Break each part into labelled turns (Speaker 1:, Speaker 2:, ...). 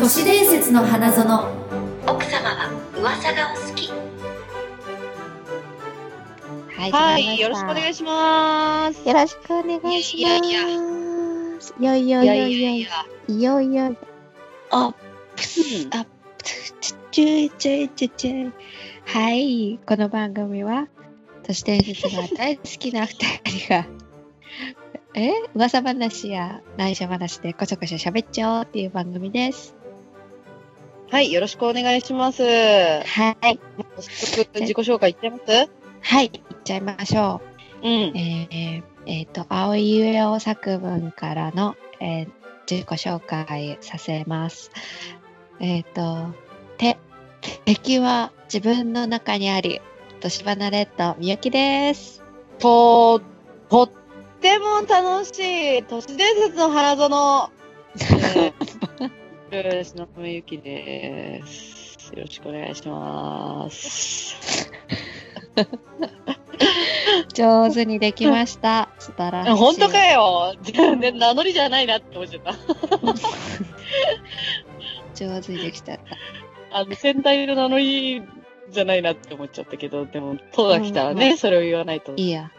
Speaker 1: 都市伝説の花園
Speaker 2: 奥様は噂がお好き
Speaker 3: はい
Speaker 4: はい、よろしくお願いします。
Speaker 3: よろしくお願いします。
Speaker 4: いやい
Speaker 3: よいよいよいよいよい
Speaker 4: や。
Speaker 3: いよいよい。あ、プ
Speaker 4: う
Speaker 3: ス、
Speaker 4: ん
Speaker 3: あ、プス、ちゅちゅちゅちゅ。はい、この番組は、都市伝説が大好きな二人が、え噂話や内緒話でこちょこちょ喋っちゃおうっていう番組です。
Speaker 4: はい、よろしくお願いします。
Speaker 3: はい。
Speaker 4: 早速自己紹介いっちゃいます
Speaker 3: はい、いっちゃいましょう。
Speaker 4: うん。
Speaker 3: えーえーと、青い上を作文からの、えー自己紹介させます。えっ、と、て、敵は自分の中にあり、年離れとみゆきです。
Speaker 4: と、とっても楽しい、都市伝説の花園。えー、篠宮ゆきです。よろしくお願いします。
Speaker 3: 上手にできました。素晴らしい。
Speaker 4: 本当かよ全然名乗りじゃないなって思っちゃった。
Speaker 3: 上手にできちゃっ
Speaker 4: あの、先代の名乗りじゃないなって思っちゃったけど、でも、とが来たら
Speaker 3: うん
Speaker 4: ね、それを言わないと
Speaker 3: た。。いいや。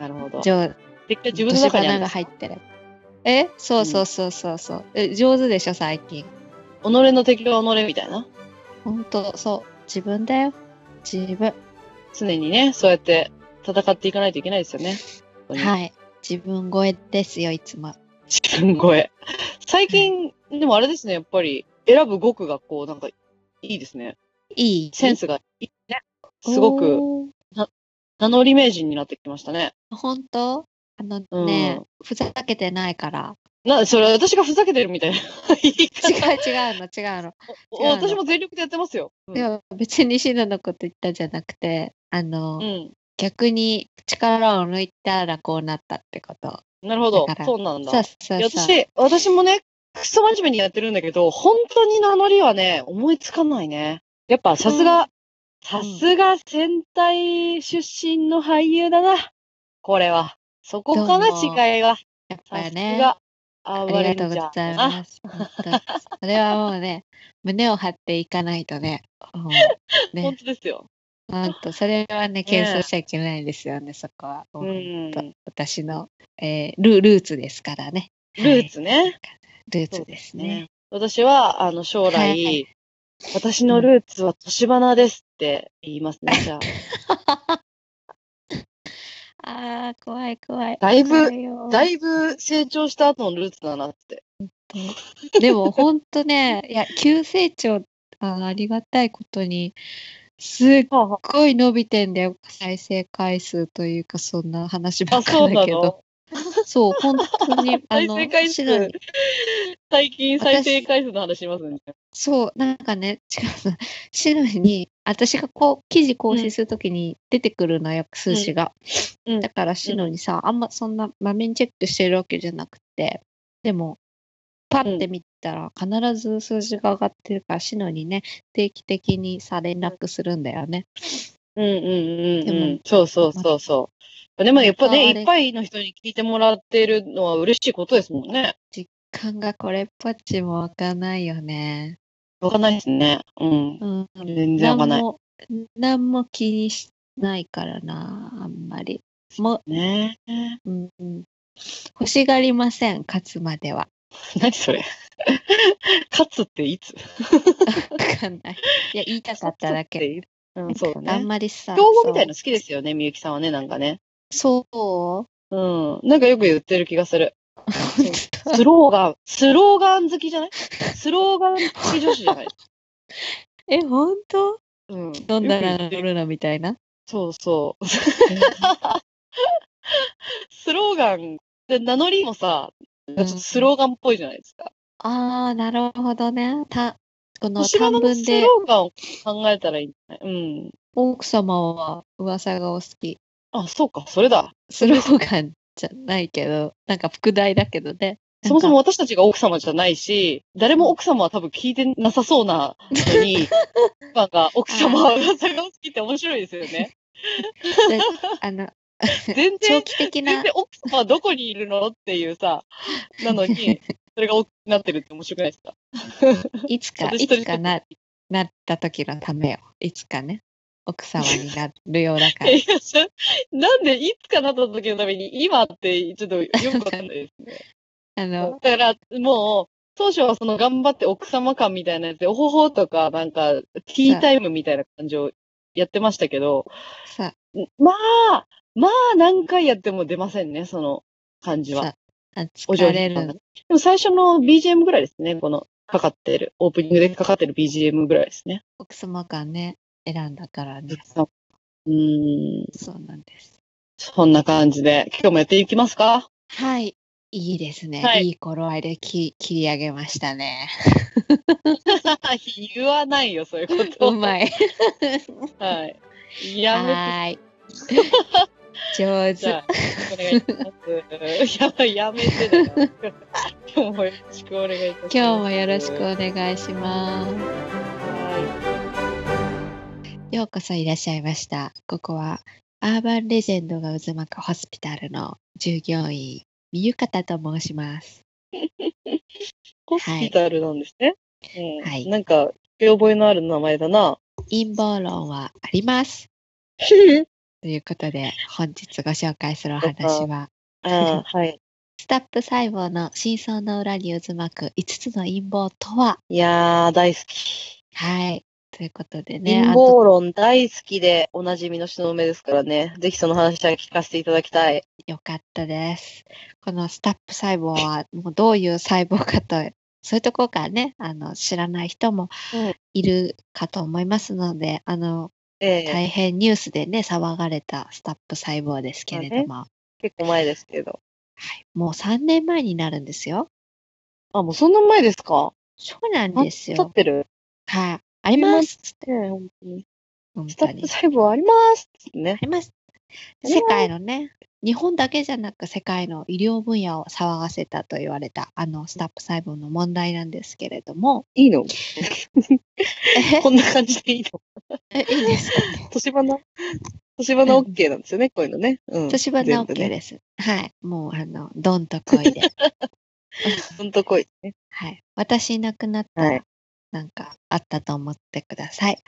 Speaker 4: なるほど。
Speaker 3: 上
Speaker 4: できた自分の
Speaker 3: 年
Speaker 4: 中にあ
Speaker 3: 花
Speaker 4: る
Speaker 3: が入ってる。えそうそうそうそうそう、え。上手でしょ、最近。
Speaker 4: 己の敵は己みたいな。
Speaker 3: 本当そう。自分だよ。自分。
Speaker 4: 常にね、そうやって戦っていかないといけないですよね。い。
Speaker 3: はい。自分超えですよ、いつも。
Speaker 4: 自分超え。最近、でもあれですね、やっぱり、選ぶ語句がこう、なんか、いいですね。
Speaker 3: いい
Speaker 4: センスがいいね。すごく、
Speaker 3: おー
Speaker 4: 名乗り名人になってきましたね。
Speaker 3: 本当あの
Speaker 4: うん
Speaker 3: ね、ふざけてないから。
Speaker 4: な、それ私がふざけてるみ たいな言い
Speaker 3: 違う
Speaker 4: 方。
Speaker 3: 違うの、違うの。
Speaker 4: お
Speaker 3: 違うの
Speaker 4: 私も全力でやってますよ。うん
Speaker 3: でも別にシナのこと言ったんじゃなくて、あの、
Speaker 4: うん。
Speaker 3: 逆に力を抜いたらこうなったってこと。
Speaker 4: なるほど
Speaker 3: だか。ら
Speaker 4: そうなんだ。
Speaker 3: そうそう
Speaker 4: いや
Speaker 3: そう。
Speaker 4: 私、私もね、クソ真面目にやってるんだけど、本当に名乗りはね、思いつかないね。やっぱさすが、さすが戦隊出身の俳優だな。これは。そこかな、
Speaker 3: どうも
Speaker 4: 違いは。
Speaker 3: やっぱ
Speaker 4: さ
Speaker 3: り
Speaker 4: す
Speaker 3: ね。
Speaker 4: が、
Speaker 3: あ
Speaker 4: あ
Speaker 3: りがとうございます。本当それはもうね、胸を張っていかないと ね。もう
Speaker 4: 本
Speaker 3: ね、
Speaker 4: 当ですよ。
Speaker 3: 本当それはね、謙遜しちゃいけないんですよね、そこは。
Speaker 4: う
Speaker 3: と
Speaker 4: ん。
Speaker 3: 私の、えールルーツですからね。
Speaker 4: ルーツね。
Speaker 3: ルー
Speaker 4: そ
Speaker 3: ツ
Speaker 4: う
Speaker 3: ですね。。
Speaker 4: 私は、あの、将
Speaker 3: は
Speaker 4: 来
Speaker 3: い、
Speaker 4: 私のルーツは年花ですって言い ますね。じゃあ、
Speaker 3: ああ、怖い怖い。
Speaker 4: だいぶ
Speaker 3: 怖よ
Speaker 4: だいぶ成長した後のルーツだなって。
Speaker 3: でも本当ね、いや、急成長あー、ありがたいことに、すっ
Speaker 4: はあは
Speaker 3: ごい伸びてんだよ。再生回数というか、そんな話
Speaker 4: あ
Speaker 3: ば
Speaker 4: あ、
Speaker 3: っか
Speaker 4: そう
Speaker 3: り
Speaker 4: な
Speaker 3: だけど。
Speaker 4: の
Speaker 3: そう、本当に、あ
Speaker 4: 再
Speaker 3: の
Speaker 4: 生回、
Speaker 3: シ
Speaker 4: 数
Speaker 3: ナに、
Speaker 4: 最近再生
Speaker 3: 私
Speaker 4: 回数の話しますね。
Speaker 3: そう、なんかね、違うな、シナに、私がこう、記事更新するときに出てくるのよ、数字が。
Speaker 4: うん
Speaker 3: だからシノにさ、あんまそんなまめにチェックしてるわけじゃなくて、でも、パッて見たら必ず数字が上がってるから、シノにね、定期的にさ、連絡するんだよね。
Speaker 4: うんうんうんう
Speaker 3: で
Speaker 4: ん。そうそうそうそう。でもやっぱね、
Speaker 3: またあれ
Speaker 4: いっぱいの人に聞いてもらってるのは嬉しいことですもんね。
Speaker 3: 勘がこれっぽっちもわかんないよね。
Speaker 4: わかんないですね。うん。
Speaker 3: うん。
Speaker 4: 全然わかんない
Speaker 3: んも、なんも気にしないからな、あんまり。も
Speaker 4: ね
Speaker 3: う、うんうん。欲しがりません、勝つまで は。
Speaker 4: 何それ。勝つっていつ
Speaker 3: わかんない。いや、言いたかっただけ。
Speaker 4: け。うん、そうだ
Speaker 3: あん
Speaker 4: ね。
Speaker 3: まりさ。
Speaker 4: 競合みたいの好きですよね、みゆきさんはね、なんかね。
Speaker 3: そう。そう
Speaker 4: うん。なんかよく言ってる気がす る。
Speaker 3: 本当
Speaker 4: スローガン、スローガン好きじゃないスローガン好き女子じゃない
Speaker 3: え、本当
Speaker 4: うん。
Speaker 3: どんな
Speaker 4: よく言
Speaker 3: の
Speaker 4: って
Speaker 3: 乗
Speaker 4: る
Speaker 3: るのみたいな。
Speaker 4: そうそう。スローガン、で名乗りもさ、ちょっと スローガンっぽいじゃないですか。
Speaker 3: ああ、なるほどね。た、この
Speaker 4: 星が
Speaker 3: 短
Speaker 4: の
Speaker 3: 文
Speaker 4: ス
Speaker 3: で、
Speaker 4: ローガンを考えたらいいんじゃないうん。
Speaker 3: 奥様は噂がお好き。
Speaker 4: あ、そうか、それだ。
Speaker 3: スローガンじゃないけど、なんか副題だけどね。
Speaker 4: そもそも
Speaker 3: なんか、
Speaker 4: 私たちが奥様じゃないし、誰も奥様は多分聞いてなさそうな のに、なんか奥様は噂が好きって面白いですよね。
Speaker 3: あの、
Speaker 4: 全
Speaker 3: 長
Speaker 4: 然、
Speaker 3: 期的
Speaker 4: 全
Speaker 3: な
Speaker 4: 然、奥様はどこにいるのっていうさ、なのに、それが大きくなってるって面白くないですか
Speaker 3: いつか、
Speaker 4: 私
Speaker 3: い
Speaker 4: 一人
Speaker 3: つかな、なった時のためよ。いつかね、奥様になるようだ から。
Speaker 4: いやそれなんでいつかなった時のために今ってちょっとよくわかんないですね。
Speaker 3: あの、
Speaker 4: だからもう当初はその頑張って奥様感みたいなやつで、おほほとかなんかティータイムみたいな感じをやってましたけど、
Speaker 3: さ、
Speaker 4: まあ、まあ何回やっても出ませんね、その感じは
Speaker 3: さ。、あ
Speaker 4: お上
Speaker 3: 疲れ
Speaker 4: 品な
Speaker 3: る
Speaker 4: で。も最初の BGM ぐらいですね、このかかってる、オープニングでかかってる BGM ぐらいですね。
Speaker 3: 奥様がね、選んだからね。
Speaker 4: うーん、
Speaker 3: そうなんです。
Speaker 4: そんな感じで、今日もやっていきますか
Speaker 3: はい。いいですね。
Speaker 4: はい
Speaker 3: い、い頃合いでき切り上げましたね。
Speaker 4: 言わないよ、そういうこ と。
Speaker 3: うま い。
Speaker 4: はい。
Speaker 3: は
Speaker 4: やめ
Speaker 3: ーい。上
Speaker 4: て、じゃ
Speaker 3: 手。
Speaker 4: あ、お願いします。ややめてだよ。今日もよろしくお願いいたします。
Speaker 3: 今日もよろしくお
Speaker 4: はい。
Speaker 3: 願いします。ようこそいらっしゃいました。ここはアーバンレジェンドが渦巻くホスピタルの従業員、みゆかたと申します。
Speaker 4: ホスピタルなんですね。うん
Speaker 3: はい
Speaker 4: なんか、聞き覚えのある名前 だな。
Speaker 3: 陰謀論はあります。ということで、本日ご紹介するお話は、
Speaker 4: あーはい。
Speaker 3: スタップ細胞の真相の裏に渦巻く5つの陰謀とはい
Speaker 4: やー、大好き。
Speaker 3: はい。ということでね、
Speaker 4: 陰謀論大好きでおなじみの東雲ですからね。ぜひその話は聞かせていただきたい。
Speaker 3: よかったです。このスタップ細胞はもうどういう細胞かと、そういうところからね、あの知らない人も
Speaker 4: うん
Speaker 3: いるかと思いますので、あの
Speaker 4: ええ
Speaker 3: 大変ニュースでね、騒がれたスタップ細胞ですけれども、
Speaker 4: 結構前ですけど。
Speaker 3: はい、もう3年前になるんですよ。
Speaker 4: あ、もうそんな前ですか
Speaker 3: そうなんです
Speaker 4: 経
Speaker 3: よ。
Speaker 4: ってる。
Speaker 3: はい。ありますつって、
Speaker 4: ええ本当に
Speaker 3: 本
Speaker 4: スタ
Speaker 3: 当
Speaker 4: ッ
Speaker 3: に
Speaker 4: フ。細胞ありますってね
Speaker 3: あ。ります。
Speaker 4: あります
Speaker 3: 世界のね、日本だけじゃなく世界の医療分野を騒がせたと言われた、あのスタップ細胞の問題なんですけれども、
Speaker 4: いいの
Speaker 3: え
Speaker 4: こんな感じでいいの
Speaker 3: え、いいですかね。
Speaker 4: 年花年花 OK なんですよね、こういうのね。うん。
Speaker 3: 年花
Speaker 4: 全
Speaker 3: OK
Speaker 4: 部ね。
Speaker 3: です、はい。もう、あの、どんとこ いで。
Speaker 4: ほんとこい。ね
Speaker 3: はい。私いなくなった
Speaker 4: はい
Speaker 3: ら、なんかあったと思ってください。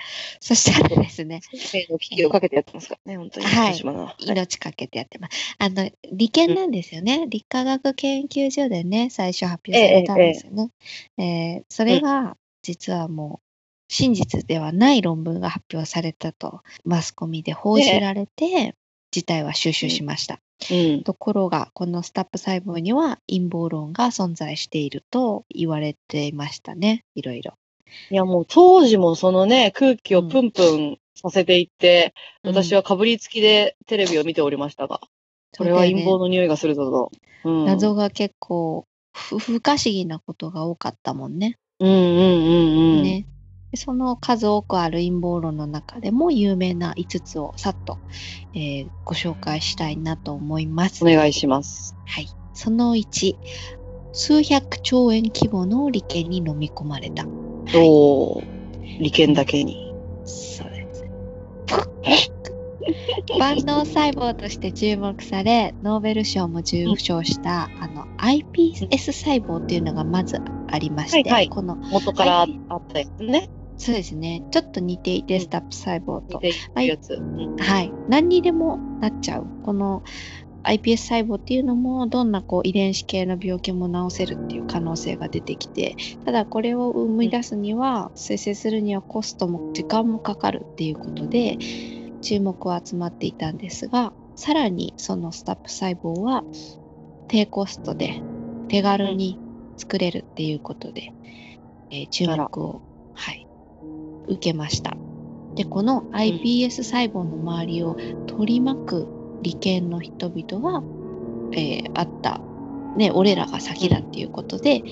Speaker 3: そしたらです ね、
Speaker 4: 生命の危機をかけてやってますからね、本当に。
Speaker 3: はい
Speaker 4: 年花は。
Speaker 3: 命かけてやってます。あの、理研なんですよね。理化学研究所でね、最初発表されたんですよね。えーそれが、実はもう、真実ではない論文が発表されたと、マスコミで報じられて、事態は収集しました。
Speaker 4: うん。
Speaker 3: ところがこのスタップ細胞には陰謀論が存在していると言われていましたねいろいろ。
Speaker 4: いや、もう当時もそのね、空気をプンプンさせていって、私はかぶりつきでテレビを見ておりましたが、これは陰謀
Speaker 3: の、
Speaker 4: の匂いがするぞと。うん、
Speaker 3: 謎が結構ふ不可思議なことが多かったもんね。
Speaker 4: うんうんうんうん。
Speaker 3: ねでその数多くある陰謀論の中でも有名な5つをさっと、えーご紹介したいなと思います。
Speaker 4: お願いします。
Speaker 3: はい、その1数百兆円規模の利権に飲み込まれた。
Speaker 4: おー、利権だけに。
Speaker 3: そうです。 万能細胞として注目されノーベル賞も受賞した、あの iPS 細胞というのがまずありまして、
Speaker 4: はいはい
Speaker 3: この
Speaker 4: 元からあったやつね。
Speaker 3: そうですねちょっと似ていて
Speaker 4: うん
Speaker 3: スタップ細胞と、
Speaker 4: で、やつ。うん
Speaker 3: はい、何にでもなっちゃうこの iPS 細胞っていうのもどんなこう遺伝子系の病気も治せるっていう可能性が出てきてただこれを生み出すには生成するにはコストも時間もかかるっていうことで注目は集まっていたんですがさらにそのスタップ細胞は低コストで手軽に作れるっていうことで、えー注目を、はい、受けました。でこの iPS 細胞の周りを取り巻く利権の人々は、えーあった、ね、俺らが先だっていうことで、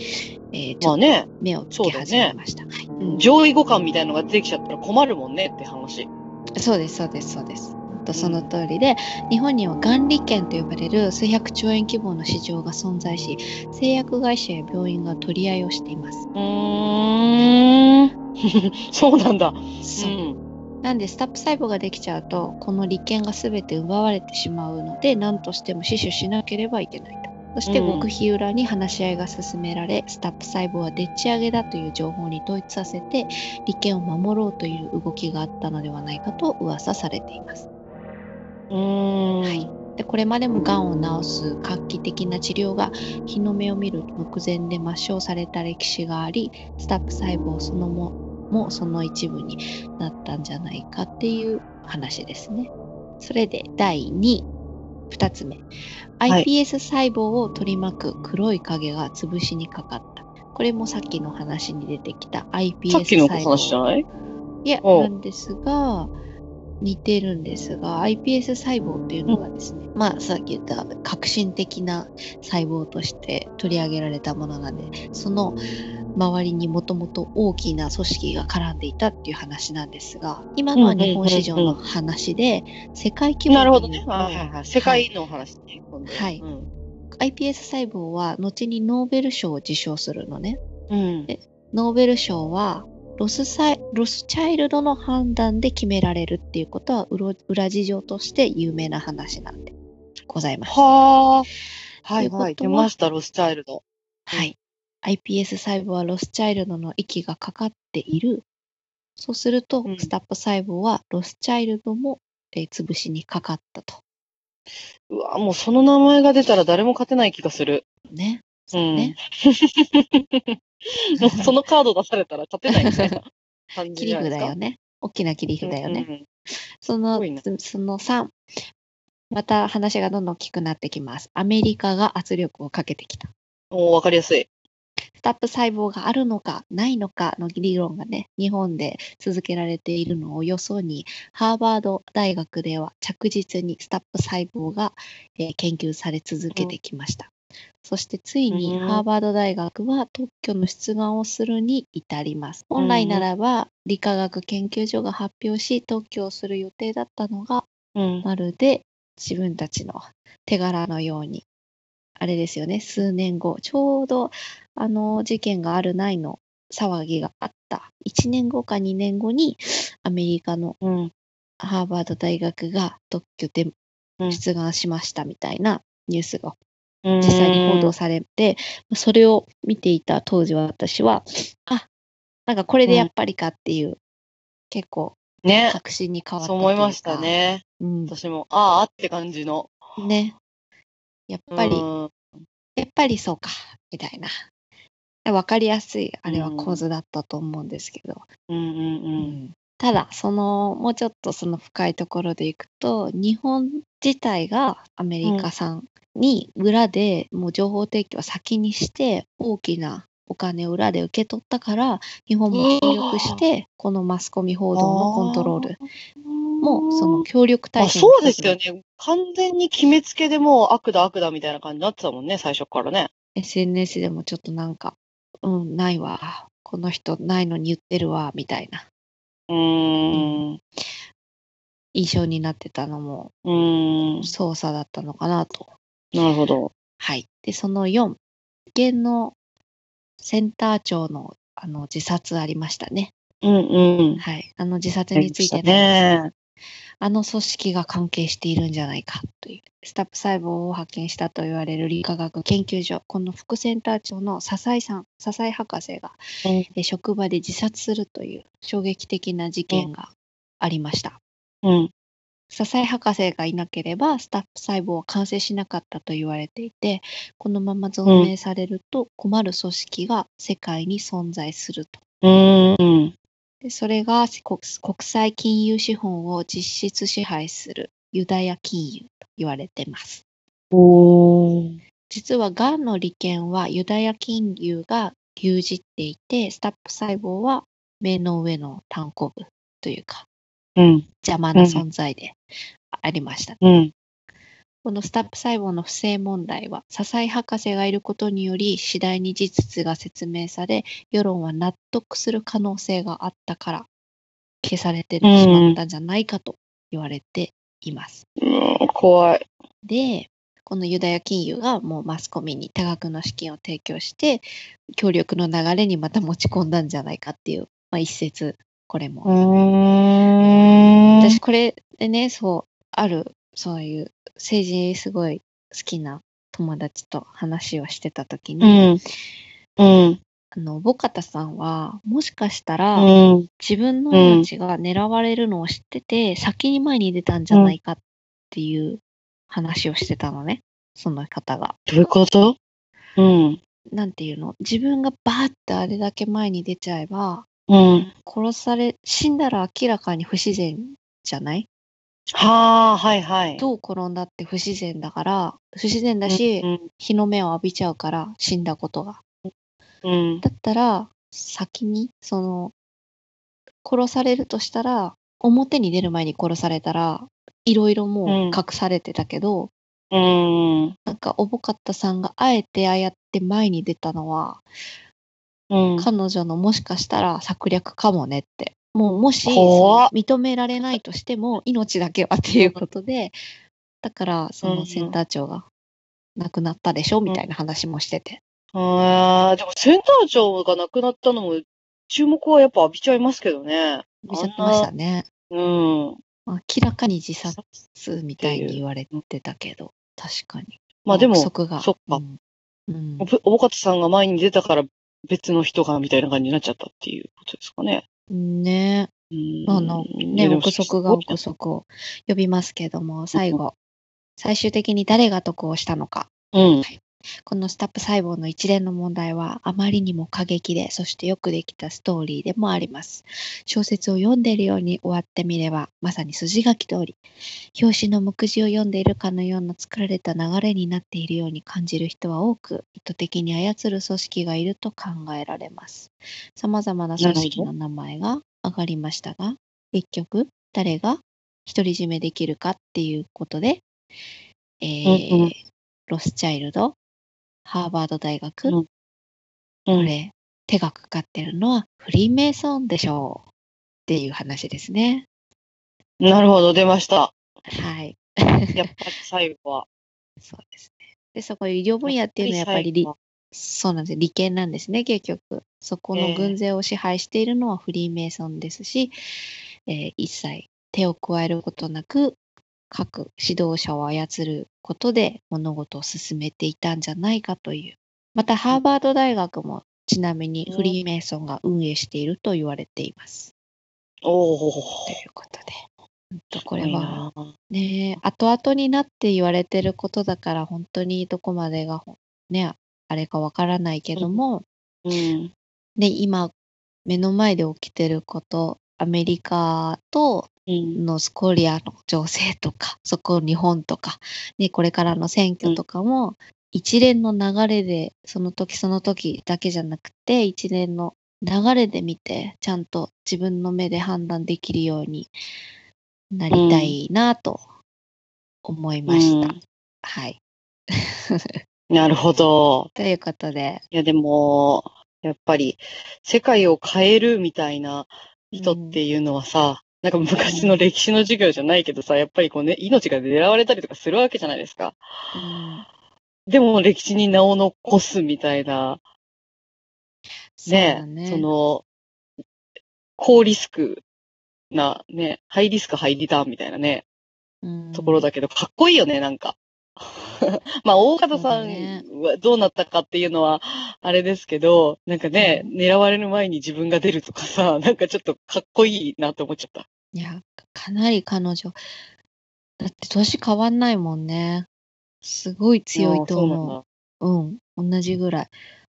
Speaker 3: えーち
Speaker 4: ま
Speaker 3: ょっ
Speaker 4: あ
Speaker 3: と
Speaker 4: ね、
Speaker 3: 目をつけ始めました。はいうん
Speaker 4: 上位互換みたいのが出てきちゃったら困るもんねって話。
Speaker 3: そうですそうですそうです。ほんとその通りで日本には元利権と呼ばれる数百兆円規模の市場が存在し製薬会社や病院が取り合いをしています。
Speaker 4: うーん。 そうなんだ。
Speaker 3: そう
Speaker 4: うん
Speaker 3: なんでスタップ細胞ができちゃうとこの利権が全て奪われてしまうので何としても死守しなければいけないと。そして
Speaker 4: うん
Speaker 3: 極秘裏に話し合いが進められ、スタップ細胞はでっち上げだという情報に統一させて利権を守ろうという動きがあったのではないかと噂されています。
Speaker 4: うん。
Speaker 3: はい、でこれまでもがんを治す画期的な治療が日の目を見る目前で抹消された歴史がありスタップ細胞そのももその一部になったんじゃないかっていう話ですね。それで第2位2つ目
Speaker 4: い
Speaker 3: iPS 細胞を取り巻く黒い影が潰しにかかった。これもさっきの話に出てきた iPS
Speaker 4: さっきの
Speaker 3: 細
Speaker 4: 話じ
Speaker 3: 胞
Speaker 4: ゃない
Speaker 3: いや、
Speaker 4: おう
Speaker 3: なんですが、似てるんですが、iPS 細胞っていうのがですね、まあさっき言った革新的な細胞として取り上げられたものなんで、その周りにもともと大きな組織が絡んでいたっていう話なんですが、今のは日本市場の話で、世界規模
Speaker 4: なるほど
Speaker 3: で
Speaker 4: ね
Speaker 3: 言。うと
Speaker 4: はいはいはい。世界の話ね。今度
Speaker 3: はい
Speaker 4: うん。
Speaker 3: iPS 細胞は後にノーベル賞を受賞するのね。
Speaker 4: うん
Speaker 3: えノーベル賞はロスサイロスチャイルドの判断で決められるっていうことは裏裏事情として有名な話なんでございます。
Speaker 4: はあ。は
Speaker 3: と
Speaker 4: い
Speaker 3: いうことは
Speaker 4: はい。出ました、ロスチャイルド。
Speaker 3: はい。iPS 細胞はロスチャイルドの息がかかっている。そうすると、
Speaker 4: うん
Speaker 3: スタップ細胞はロスチャイルドも、えー潰しにかかったと。
Speaker 4: うわ、もうその名前が出たら誰も勝てない気がする。
Speaker 3: ね。
Speaker 4: う。
Speaker 3: うんね
Speaker 4: もう そのカード出されたら勝てないみ たいな感じ
Speaker 3: 切
Speaker 4: じ
Speaker 3: り
Speaker 4: ゃない
Speaker 3: 札
Speaker 4: ですか。
Speaker 3: よね。大きな切り札よね。
Speaker 4: うん
Speaker 3: その
Speaker 4: すごいな、
Speaker 3: その3。また話がどんどん大きくなってきます。アメリカが圧力をかけてきた。
Speaker 4: もうわかりやすい。
Speaker 3: スタップ細胞があるのかないのかの理論がね、日本で続けられているのをよそに、ハーバード大学では着実にスタップ細胞が、えー研究され続けてきました。そしてついに
Speaker 4: うん
Speaker 3: ハーバード大学は特許の出願をするに至ります。本来ならば理化学研究所が発表し特許をする予定だったのが
Speaker 4: うん。
Speaker 3: まるで自分たちの手柄のように、あれですよね、数年後、ちょうどあの事件があるないの騒ぎがあった1年後か2年後に、アメリカの
Speaker 4: うん。
Speaker 3: ハーバード大学が特許で
Speaker 4: うん
Speaker 3: 出願しましたみたいなニュースが実際に報道されて、それを見ていた当時は私は、あなんかこれでやっぱりかっていう、結構
Speaker 4: ね。
Speaker 3: 確信に変わった
Speaker 4: そ
Speaker 3: と
Speaker 4: う
Speaker 3: いうか。
Speaker 4: 思いました。ね。
Speaker 3: うん、
Speaker 4: 私も、ああって感じの。
Speaker 3: ね。やっぱり、
Speaker 4: うん
Speaker 3: やっぱりそうか、みたいな。わかりやすい、あれは
Speaker 4: うん
Speaker 3: 構図だったと思うんですけど。
Speaker 4: うんうん
Speaker 3: ただ、その、もうちょっとその深いところでいくと、日本自体がアメリカさんに裏でもう情報提供を先にして、大きなお金を裏で受け取ったから、日本も協力して、このマスコミ報道のコントロール
Speaker 4: うん。
Speaker 3: も、その協力
Speaker 4: あ
Speaker 3: 体制の
Speaker 4: そうです
Speaker 3: 一つに
Speaker 4: よね。完全に決めつけでもう悪だ悪だみたいな感じになってたもんね、最初からね。
Speaker 3: SNS でもちょっとなんか、うん、ないわ。この人ないのに言ってるわ、みたいな
Speaker 4: うーん。う
Speaker 3: 印象になってたのも
Speaker 4: ーん。
Speaker 3: 操作だったのかなと。
Speaker 4: なるほど。
Speaker 3: はい。で、その4、保険のセンター長のあの自殺ありましたね。
Speaker 4: うんうん。
Speaker 3: はい。あの自殺についての、
Speaker 4: ね。
Speaker 3: あの組織が関係しているんじゃないかという。スタップ細胞を発見したと言われる理化学研究所、この副センター長の笹井さん、笹井博士が
Speaker 4: うん
Speaker 3: えー職場で自殺するという衝撃的な事件がありました。
Speaker 4: うん。
Speaker 3: 笹井博士がいなければスタッフ細胞は完成しなかったと言われていてこのまま存命されると困る組織が世界に存在すると。
Speaker 4: うーん。
Speaker 3: でそれが国国際金融資本を実質支配するユダヤ金融と言われてます。
Speaker 4: おー。
Speaker 3: 実はがんの利権はユダヤ金融が牛耳っていてスタッフ細胞は目の上の単行部というか
Speaker 4: うん。
Speaker 3: 邪魔な存在でありました。
Speaker 4: うん。
Speaker 3: このスタップ細胞の不正問題は、笹井博士がいることにより、次第に事実が説明され、世論は納得する可能性があったから、消されてしまったんじゃないかと言われています。
Speaker 4: うん怖い。
Speaker 3: で、このユダヤ金融がもうマスコミに多額の資金を提供して、協力の流れにまた持ち込んだんじゃないかっていう、まあ、一説、これも
Speaker 4: うーん。
Speaker 3: 私これでねそうあるそういう政治すごい好きな友達と話をしてた時
Speaker 4: う
Speaker 3: に、
Speaker 4: ん。うん。
Speaker 3: あのボカタさんはもしかしたら、
Speaker 4: うん。
Speaker 3: 自分の命が狙われるのを知ってて、先に前に出たんじゃないかっていう話をしてたのねその方が。
Speaker 4: どういうことうん。
Speaker 3: なんていうの自分がバーってあれだけ前に出ちゃえば
Speaker 4: うん。
Speaker 3: 殺され死んだら明らかに不自然じゃない
Speaker 4: はあ、はいはい。
Speaker 3: どう転んだって不自然だから不自然だし、
Speaker 4: うん
Speaker 3: 日の目を浴びちゃうから死んだことが。
Speaker 4: うん。
Speaker 3: だったら先にその殺されるとしたら表に出る前に殺されたらいろいろもう隠されてたけど、
Speaker 4: うん。
Speaker 3: なんかおぼかったさんがあえてああやって前に出たのは、
Speaker 4: うん。
Speaker 3: 彼女のもしかしたら策略かもねってもうもしそ
Speaker 4: 怖
Speaker 3: の
Speaker 4: っ
Speaker 3: 認められないとしても命だけはっていうことでだからそ
Speaker 4: うんう
Speaker 3: の
Speaker 4: ん
Speaker 3: センター長が亡くなったでしょみたいな話もしてて。
Speaker 4: あーでもセンター長が亡くなったのも、注目はやっぱ浴びちゃいますけどね。
Speaker 3: 見ちゃってましたね。
Speaker 4: うん。
Speaker 3: 明らかに自殺みたいに言われてたけど、確かに。
Speaker 4: まあでも、
Speaker 3: 憶測が。
Speaker 4: そっか
Speaker 3: うん。うん
Speaker 4: おぶおぼかたさんが前に出たから別の人がみたいな感じになっちゃったっていうことですかね。
Speaker 3: ね
Speaker 4: うん
Speaker 3: まああの、
Speaker 4: いや
Speaker 3: ね、
Speaker 4: でも
Speaker 3: 憶測が憶測を呼びますけども、最後、最終的に誰が得をしたのか。
Speaker 4: うん。
Speaker 3: このスタップ細胞の一連の問題はあまりにも過激で、そしてよくできたストーリーでもあります。小説を読んでいるように終わってみれば、まさに筋書き通り、表紙の目次を読んでいるかのような作られた流れになっているように感じる人は多く、意図的に操る組織がいると考えられます。様々な組織の名前が挙がりましたが、結局、誰が独り占めできるかっていうことで、えー
Speaker 4: うんうん
Speaker 3: ロスチャイルド、ハーバード大学、
Speaker 4: うん
Speaker 3: こ
Speaker 4: うん。
Speaker 3: れ、手がかかってるのはフリーメイソンでしょうっていう話ですね。
Speaker 4: なるほど、出ました。
Speaker 3: はい。
Speaker 4: やっぱり最 後は。
Speaker 3: そうですね。で、そこ医療分野っていうのはやっぱり理
Speaker 4: 最後は
Speaker 3: そうなんです。利権なんですね、結局。そこ
Speaker 4: え
Speaker 3: の
Speaker 4: え
Speaker 3: 軍勢を支配しているのはフリーメイソンですし、えー一切手を加えることなく、各指導者を操ることで物事を進めていたんじゃないかという。また、ハーバード大学もちなみにフリーメイソンが運営していると言われています。
Speaker 4: おお。
Speaker 3: ということで。ほんとこ
Speaker 4: こ
Speaker 3: れはねえ、後々になって言われてることだから、本当にどこまでがほん、ね、あれかわからないけども、
Speaker 4: うん。
Speaker 3: ね、今、目の前で起きてること、アメリカと
Speaker 4: うん。
Speaker 3: ノースコリアの情勢とか、そこ日本とか、ね、これからの選挙とかも、一連の流れで、その時その時だけじゃなくて、一連の流れで見て、ちゃんと自分の目で判断できるようになりたいなと思いました。
Speaker 4: うん
Speaker 3: はい。
Speaker 4: なるほど。
Speaker 3: ということで、
Speaker 4: いや、でも、やっぱり、世界を変えるみたいな意図っていうのはさ、なんか昔の歴史の授業じゃないけどさ、やっぱりこうね、命が狙われたりとかするわけじゃないですか。
Speaker 3: うん
Speaker 4: でも歴史に名を残すみたいな、ね、
Speaker 3: そうだね
Speaker 4: その、高リスクな、ね、ハイリスク、ハイリターンみたいなね、
Speaker 3: うん
Speaker 4: ところだけど、かっこいいよね、なんか。 まあ、大方
Speaker 3: そ
Speaker 4: さ
Speaker 3: うだね
Speaker 4: んはどうなったかっていうのは、あれですけど、なんかね、
Speaker 3: う
Speaker 4: 狙われる前に自分が出るとかさ、 なんかちょっとかっこいいなと思っちゃった。
Speaker 3: いや、かなり彼女、だって年変わんないもんね。すごい強いと思う。うん、同じぐらい。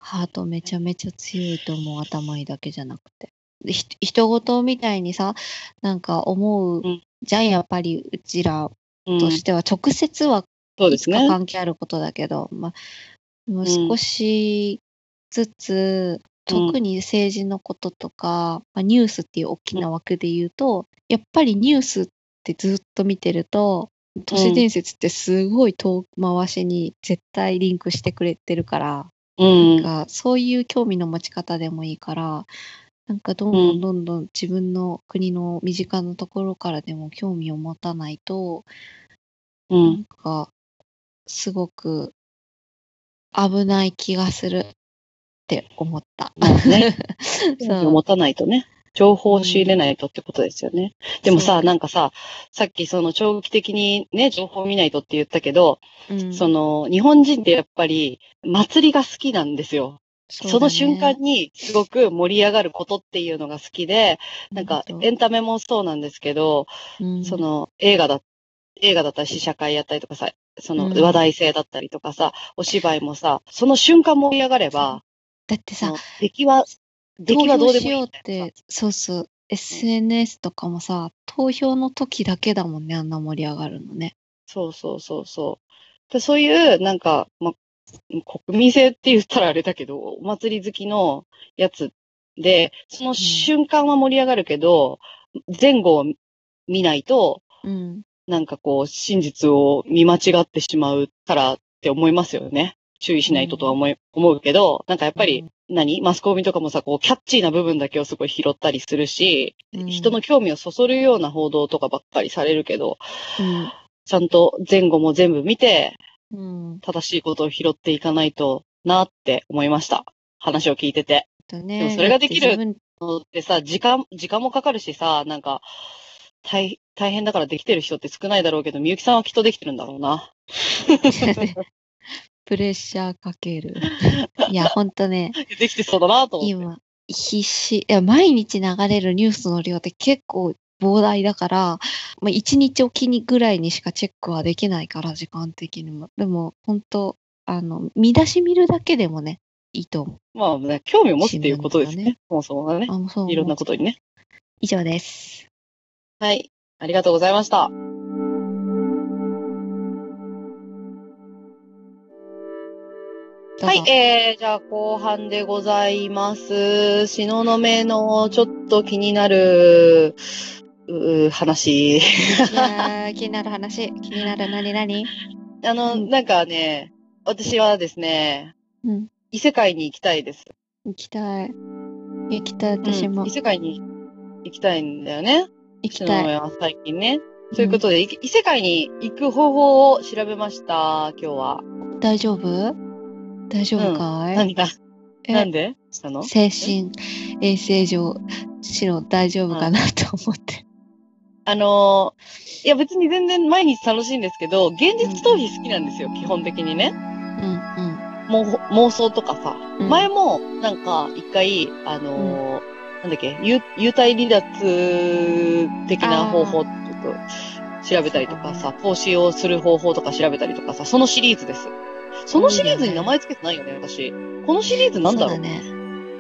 Speaker 3: ハートめちゃめちゃ強いと思う、頭いいだけじゃなくて。でひ人事みたいにさ、なんか思う
Speaker 4: うん
Speaker 3: じゃん、やっぱりうちら
Speaker 4: そうなんだ。
Speaker 3: と
Speaker 4: うん、
Speaker 3: しては、直接は
Speaker 4: そうで
Speaker 3: い
Speaker 4: す
Speaker 3: つか
Speaker 4: ね。
Speaker 3: 関係あることだけど、まあ、もう少しずつ、
Speaker 4: うん
Speaker 3: 特に政治のこととか、まあ、ニュースっていう大きな枠で言うと、やっぱりニュースってずっと見てると、都市伝説ってすごい遠回しに絶対リンクしてくれてるから、
Speaker 4: うん。
Speaker 3: がそういう興味の持ち方でもいいからなんかどんど
Speaker 4: うん
Speaker 3: んどんどん自分の国の身近なところからでも興味を持たないと、
Speaker 4: う。
Speaker 3: なんんか、すごく危ない気がするって思った。
Speaker 4: まあね
Speaker 3: そう
Speaker 4: 持たないとね。情報を仕入れないとってことですよね。でもさ、なんかさ、さっきその長期的にね、情報を見ないとって言ったけど、
Speaker 3: うん
Speaker 4: その、日本人ってやっぱり祭りが好きなんですよ。そ,、
Speaker 3: そうだね
Speaker 4: の瞬間にすごく盛り上がることっていうのが好きで、なんか
Speaker 3: 本当
Speaker 4: エンタメもそうなんですけど、
Speaker 3: うん
Speaker 4: その映画だ、映画だったり試写会やったりとかさ、その
Speaker 3: うん
Speaker 4: 話題性だったりとかさ、お芝居もさ、その瞬間盛り上がれば、
Speaker 3: だってさ
Speaker 4: その出来は、出
Speaker 3: 投
Speaker 4: 来はど
Speaker 3: 票
Speaker 4: うで
Speaker 3: し
Speaker 4: もい
Speaker 3: よ
Speaker 4: いう
Speaker 3: っ
Speaker 4: んだよ
Speaker 3: てそうそう SNS とかもさ投票の時だけだもんねあんな盛り上がるのね
Speaker 4: そうそうそうそう。でそういう、なんか、ま、国民性って言ったらあれだけど、お祭り好きのやつで、その瞬間は盛り上がるけど、前後を見ないと、
Speaker 3: うん
Speaker 4: なんかこう、真実を見間違ってしまうからって思いますよね。注意しないととは思い、思うけど、なんかやっぱり、何マスコミとかもさ、こう、キャッチーな部分だけをすごい拾ったりするし、
Speaker 3: うん
Speaker 4: 人の興味をそそるような報道とかばっかりされるけど、
Speaker 3: うん
Speaker 4: ちゃんと前後も全部見て、
Speaker 3: うん
Speaker 4: 正しいことを拾っていかないとなって思いました。話を聞いてて。
Speaker 3: とね
Speaker 4: でもそれができ
Speaker 3: だっ
Speaker 4: る
Speaker 3: て自分
Speaker 4: でさ、時間、時間もかかるしさ、なんか、大、大変だからできてる人って少ないだろうけど、みゆきさんはきっとできてるんだろうな。
Speaker 3: プレッシャーかけるいやほんとね
Speaker 4: できてそうだなと思って。
Speaker 3: 今必死いや毎日流れるニュースの量って結構膨大だから、まあ、1日おきにぐらいにしかチェックはできないから時間的にもでも本当あの見出し見るだけでもねいいと思う
Speaker 4: まあ、ね、興味を持つっていうことですね。
Speaker 3: 新聞
Speaker 4: そもそもがね。
Speaker 3: あもうそう思う
Speaker 4: いろんなことにね。
Speaker 3: 以上です
Speaker 4: はい。ありがとうございました。
Speaker 3: どう
Speaker 4: は
Speaker 3: ぞ
Speaker 4: い、えー、じゃあ後半でございます。東雲のちょっと気になる、うー話。
Speaker 3: いや ー気になる話気になる何何
Speaker 4: あの、
Speaker 3: うん
Speaker 4: なんかね、私はですね、
Speaker 3: うん
Speaker 4: 異世界に行きたいです。
Speaker 3: 行きたい行きたい私
Speaker 4: う
Speaker 3: も
Speaker 4: ん異世界に行きたいんだよね。
Speaker 3: 行き
Speaker 4: 篠
Speaker 3: たい、
Speaker 4: 宮は最近ね。ということで、い異世界に行く方法を調べました、今日は。
Speaker 3: うん大丈夫大丈夫かい、
Speaker 4: 何が、
Speaker 3: え
Speaker 4: なんでしたの
Speaker 3: 精神衛生上白大丈夫かなと思って、
Speaker 4: あのーいや別に全然毎日楽しいんですけど、現実逃避好きなんですよ、基本的に
Speaker 3: う
Speaker 4: ね。
Speaker 3: ん
Speaker 4: もう妄想とかさ。
Speaker 3: うん
Speaker 4: 前も、なんか、一回、あのーなんだっけ、幽幽体離脱的な方法ちょっと調べたりとかさ、投資をする方法とか調べたりとかさ、そのシリーズです。そのシリーズに名前つけてないよね、私。このシリーズなんだろう
Speaker 3: そうだね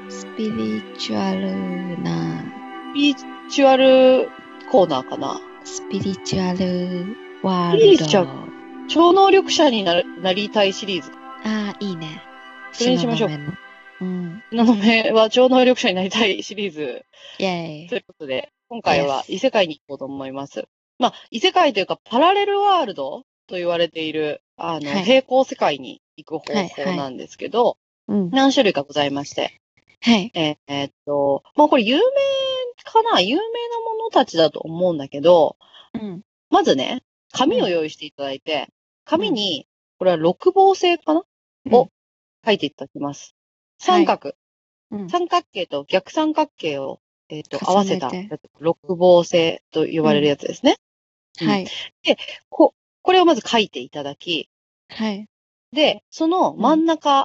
Speaker 3: スピリチュアルな
Speaker 4: スピリチュアルコーナーかな。
Speaker 3: スピリチュアルワールド
Speaker 4: スピリチュア超能力者になるなりたいシリーズ。
Speaker 3: ああいいね
Speaker 4: それにしましょう
Speaker 3: 東雲のうん
Speaker 4: なのめは超能力者になりたいシリーズ。
Speaker 3: イェイ
Speaker 4: ということで、今回は
Speaker 3: Yes.
Speaker 4: 異世界に行こうと思います。まあ、異世界というか、パラレルワールドと言われている、あの、
Speaker 3: はい
Speaker 4: 平行世界に行く方
Speaker 3: はいは
Speaker 4: 法
Speaker 3: い
Speaker 4: なんですけど、
Speaker 3: うん
Speaker 4: 何種類かございまして、
Speaker 3: はい
Speaker 4: えーえーっと、まあ、これ有名かな有名なものたちだと思うんだけど、
Speaker 3: うん
Speaker 4: まずね、紙を用意していただいて、紙に、これは六芒星かなを書いていただきま
Speaker 3: は
Speaker 4: す。
Speaker 3: い
Speaker 4: 三角、
Speaker 3: うん
Speaker 4: 三角形と逆三角形を、えーっと合わ
Speaker 3: 重
Speaker 4: せ
Speaker 3: ねて
Speaker 4: たやつ、六芒星と呼ばれるやつですね。
Speaker 3: はい
Speaker 4: ここれをまず書いていただき、
Speaker 3: はい
Speaker 4: で、その真ん中、
Speaker 3: うん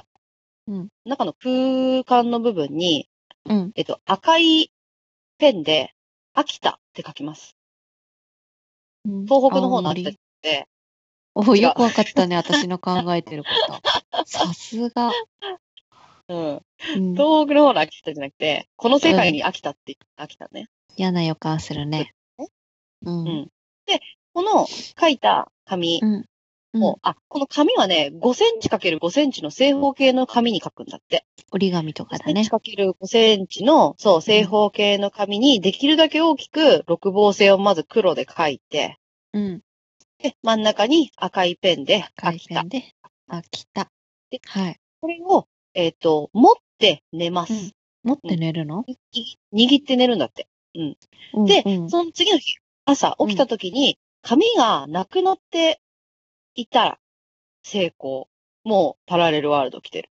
Speaker 3: うん
Speaker 4: 中の空間の部分に、
Speaker 3: うん
Speaker 4: えっと、赤いペンで、秋田って書きます。東北の方の秋田っ
Speaker 3: り
Speaker 4: て、
Speaker 3: おお
Speaker 4: 違う
Speaker 3: よくわかったね私の考えてること さすが、
Speaker 4: うん、
Speaker 3: うん、
Speaker 4: 東北の方の秋田じゃなくて、この世界に秋田って、秋田ね。
Speaker 3: 嫌な予感するね
Speaker 4: そう
Speaker 3: うん
Speaker 4: うんこの書いた紙
Speaker 3: うん
Speaker 4: を、あ、この紙はね、5センチ ×5 センチの正方形の紙に書くんだって。
Speaker 3: 折り紙とかだ
Speaker 4: 5セン
Speaker 3: ね
Speaker 4: チ ×5 センチの、そう、正方形の紙にできるだけ大きく六芒星をまず黒で書いて、
Speaker 3: うん
Speaker 4: で、真ん中に赤いペンで書
Speaker 3: 海
Speaker 4: きた
Speaker 3: 鮮。で秋田
Speaker 4: で
Speaker 3: はい
Speaker 4: これを、えっ、と、持って寝ます。
Speaker 3: うん持って寝るの、
Speaker 4: い握って寝るんだって。
Speaker 3: うん、
Speaker 4: で、
Speaker 3: うん
Speaker 4: その次の日、朝起きた時に、紙がなくなっていたら、成功。もうパラレルワールド来てる。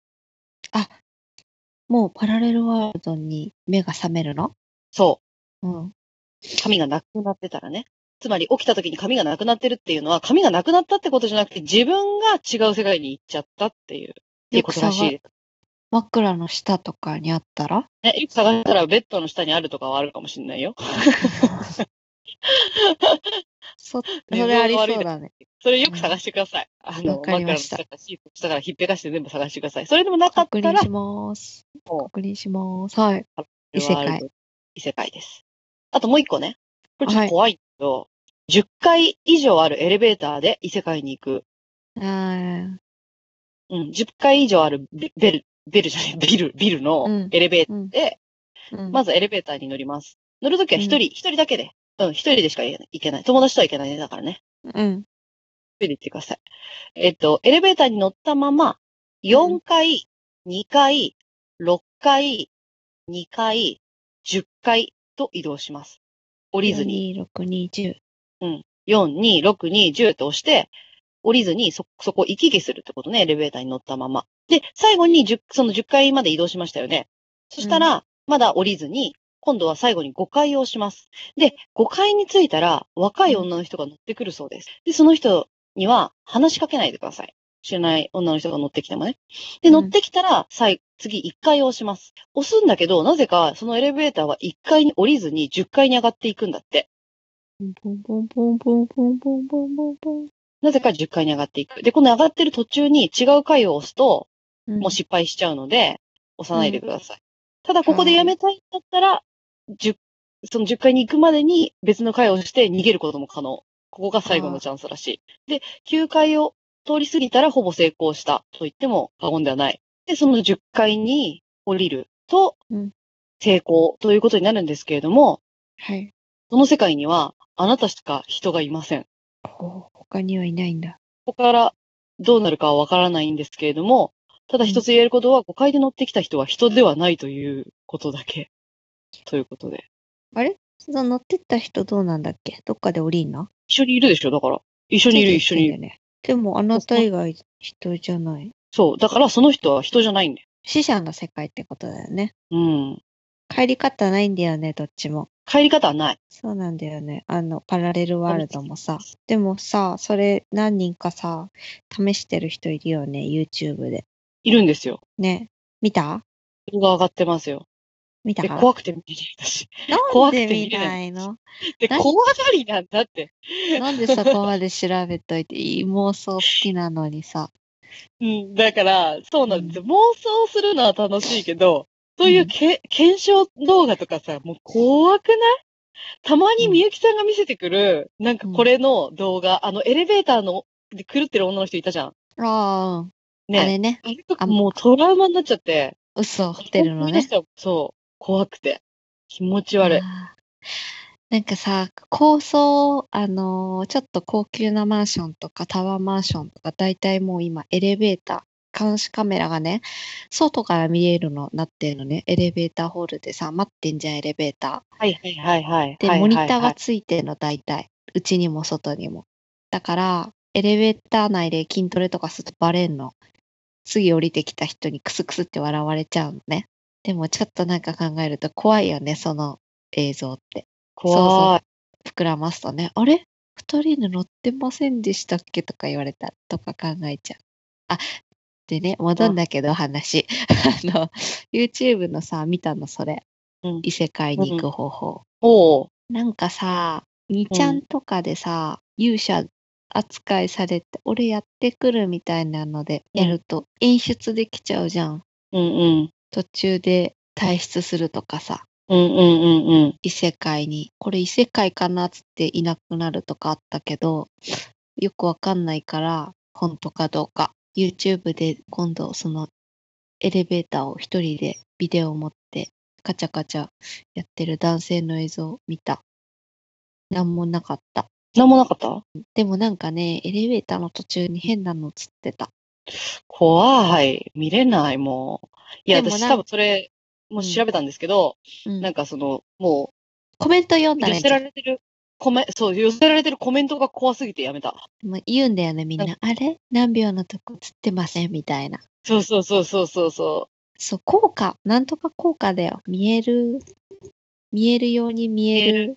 Speaker 3: もうパラレルワールドに目が覚めるの
Speaker 4: そ
Speaker 3: うん。
Speaker 4: 髪がなくなってたらね。つまり起きた時に髪がなくなってるっていうのは、髪がなくなったってことじゃなくて、自分が違う世界に行っちゃったっていう、っていうことらしいです。
Speaker 3: 枕の下とかにあったら
Speaker 4: ね、よく探したらベッドの下にあるとかはあるかもしれないよ。
Speaker 3: そ、それありそうだね。
Speaker 4: それよく探してください。あの、
Speaker 3: わかりました
Speaker 4: 枕の下からシートの下からひっぺかして全部探してください。それでもなかっ
Speaker 3: 確
Speaker 4: たら
Speaker 3: 認、します。
Speaker 4: もう
Speaker 3: 確認します。はい。異世界。
Speaker 4: 異世界です。あともう一個ね。これちょっと怖いけど、10階以上あるエレベーターで異世界に行く。
Speaker 3: あー
Speaker 4: うん、10階以上あるビベル、ベルじゃない、ビル、ビルの
Speaker 3: うん
Speaker 4: エレベータ
Speaker 3: うん
Speaker 4: ーで、
Speaker 3: うん。
Speaker 4: まずエレベーターに乗ります。乗るときは一人、一、人だけで。うん、一人でしか行けない。友達とは行けないね。だからね。
Speaker 3: うん。
Speaker 4: 一人で行ってください。えっと、エレベーターに乗ったまま、4階、2階、6階、2階、10階と移動します。降りずに。
Speaker 3: 2、6、2、10。
Speaker 4: 4、2、6、2、10と押して、降りずにそ、そこ行き来するってことね、エレベーターに乗ったまま。で、最後に10、その10階まで移動しましたよね。そしたら、まだ降りずに、今度は最後に5階を押します。で、5階に着いたら、若い女の人が乗ってくるそうです。で、その人には話しかけないでください。知らない女の人が乗ってきてもね。で、
Speaker 3: うん
Speaker 4: 乗ってきたら、最次1階を押します。押すんだけど、なぜかそのエレベーターは1階に降りずに10階に上がっていくんだって。
Speaker 3: ポンポンポンポンポンポンポンポンポン。
Speaker 4: なぜか10階に上がっていく。で、この上がってる途中に違う階を押すと、
Speaker 3: うん
Speaker 4: もう失敗しちゃうので、押さないでください。ただ、ここでやめたいんだったら、10その10階に行くまでに別の階を押して逃げることも可能。ここが最後のチャンスらしい。で、9階を通り過ぎたらほぼ成功したと言っても過言ではない。で、その10階に降りると
Speaker 3: うん、
Speaker 4: 成功ということになるんですけれども、
Speaker 3: はい。
Speaker 4: その世界にはあなたしか人がいません。
Speaker 3: ほ他にはいないんだ。
Speaker 4: ここからどうなるかはわからないんですけれども、ただ一つ言えることは、誤解で乗ってきた人は人ではないということだけ。ということで。
Speaker 3: その乗ってった人どうなんだっけどっかで降りんな
Speaker 4: 一緒にいるでしょだから。一緒にいる、一緒にいる。
Speaker 3: ね。でもあなた以外人じゃない。
Speaker 4: そう。だからその人は人じゃないんだよ。
Speaker 3: 死者の世界ってことだよね。
Speaker 4: うん。
Speaker 3: 帰り方ないんだよね、どっちも。
Speaker 4: 帰り方はない。
Speaker 3: そうなんだよね。あの、パラレルワールドもさ。でもさ、それ何人かさ、試してる人いるよね、YouTube で。
Speaker 4: いるんですよ。
Speaker 3: ね。見た
Speaker 4: 動画上がってますよ。
Speaker 3: 見た
Speaker 4: で、
Speaker 3: か
Speaker 4: 怖くて見れないだし。
Speaker 3: な
Speaker 4: 怖
Speaker 3: ん
Speaker 4: くて
Speaker 3: で
Speaker 4: 見
Speaker 3: 見
Speaker 4: れない
Speaker 3: ないの
Speaker 4: で、
Speaker 3: 何
Speaker 4: 怖がりなんだって。
Speaker 3: なんでそこまで調べといて、いい妄想好きなのにさ。
Speaker 4: うん。だから、そうなんですよ。妄想するのは楽しいけど、そういうけ、検証動画とかさ、もう怖くないたまにみゆきさんが見せてくる、なんかこれの動画、あのエレベーターので狂ってる女の人いたじゃん。
Speaker 3: ああ、
Speaker 4: ね。
Speaker 3: あれね。
Speaker 4: あれとか
Speaker 3: あの
Speaker 4: もうトラウマになっちゃって。
Speaker 3: 嘘、ホテルの
Speaker 4: 思い出
Speaker 3: ね
Speaker 4: し。たもんそう。怖くて。気持ち悪い。
Speaker 3: あーなんかさ、高層、あのーちょっと高級なマンションとかタワーマンションとか、だいたいもう今エレベーター、監視カメラがね、外から見えるのなってるのね、エレベーターホールでさ、待ってんじゃん、エレベータ
Speaker 4: はいはいはいはい。
Speaker 3: ー。で、
Speaker 4: はい
Speaker 3: モ
Speaker 4: はい
Speaker 3: ニ
Speaker 4: はい
Speaker 3: ターがついてるの、だいたい。うちにも外にも。だから、エレベーター内で筋トレとかするとバレんの。次降りてきた人にクスクスって笑われちゃうのね。でもちょっとなんか考えると怖いよね、その映像って。
Speaker 4: 怖い。
Speaker 3: 膨らますとね、あれ二人で乗ってませんでしたっけとか言われたとか考えちゃう。あ、でね、戻んだけど話。 あの、YouTube のさ、見たのそれ。
Speaker 4: うん
Speaker 3: 異世界に行く方法。
Speaker 4: おう
Speaker 3: なんかさ、2ちゃんとかでさ、勇者扱いされて、俺やってくるみたいなので、
Speaker 4: うん
Speaker 3: やると演出できちゃうじゃん。
Speaker 4: うんうん。
Speaker 3: 途中で退出するとかさ。
Speaker 4: うんうんうんうん。
Speaker 3: 異世界にこれ異世界かなっつっていなくなるとかあったけどよくわかんないから本当かどうか YouTube で今度そのエレベーターを一人でビデオを持ってカチャカチャやってる男性の映像を見たなんもなかった
Speaker 4: なんもなかった
Speaker 3: でもなんかねエレベーターの途中に変なの映ってた
Speaker 4: 怖い。見れない、もう。いや、
Speaker 3: でも
Speaker 4: 私
Speaker 3: なん
Speaker 4: 多分それ、もう
Speaker 3: うん
Speaker 4: 調べたんですけど、
Speaker 3: うん
Speaker 4: なんかその、も
Speaker 3: コメント読ん
Speaker 4: う、
Speaker 3: だ
Speaker 4: 寄
Speaker 3: ね
Speaker 4: せられてる、コメ、そう、寄せられてるコメントが怖すぎてやめた。
Speaker 3: もう言うんだよねみんなあれ何秒のとこ映ってませんみたいな
Speaker 4: そうそうそうそうそうそ
Speaker 3: そう、効果、なんとか効果だよ。見える見えるように見える。
Speaker 4: る。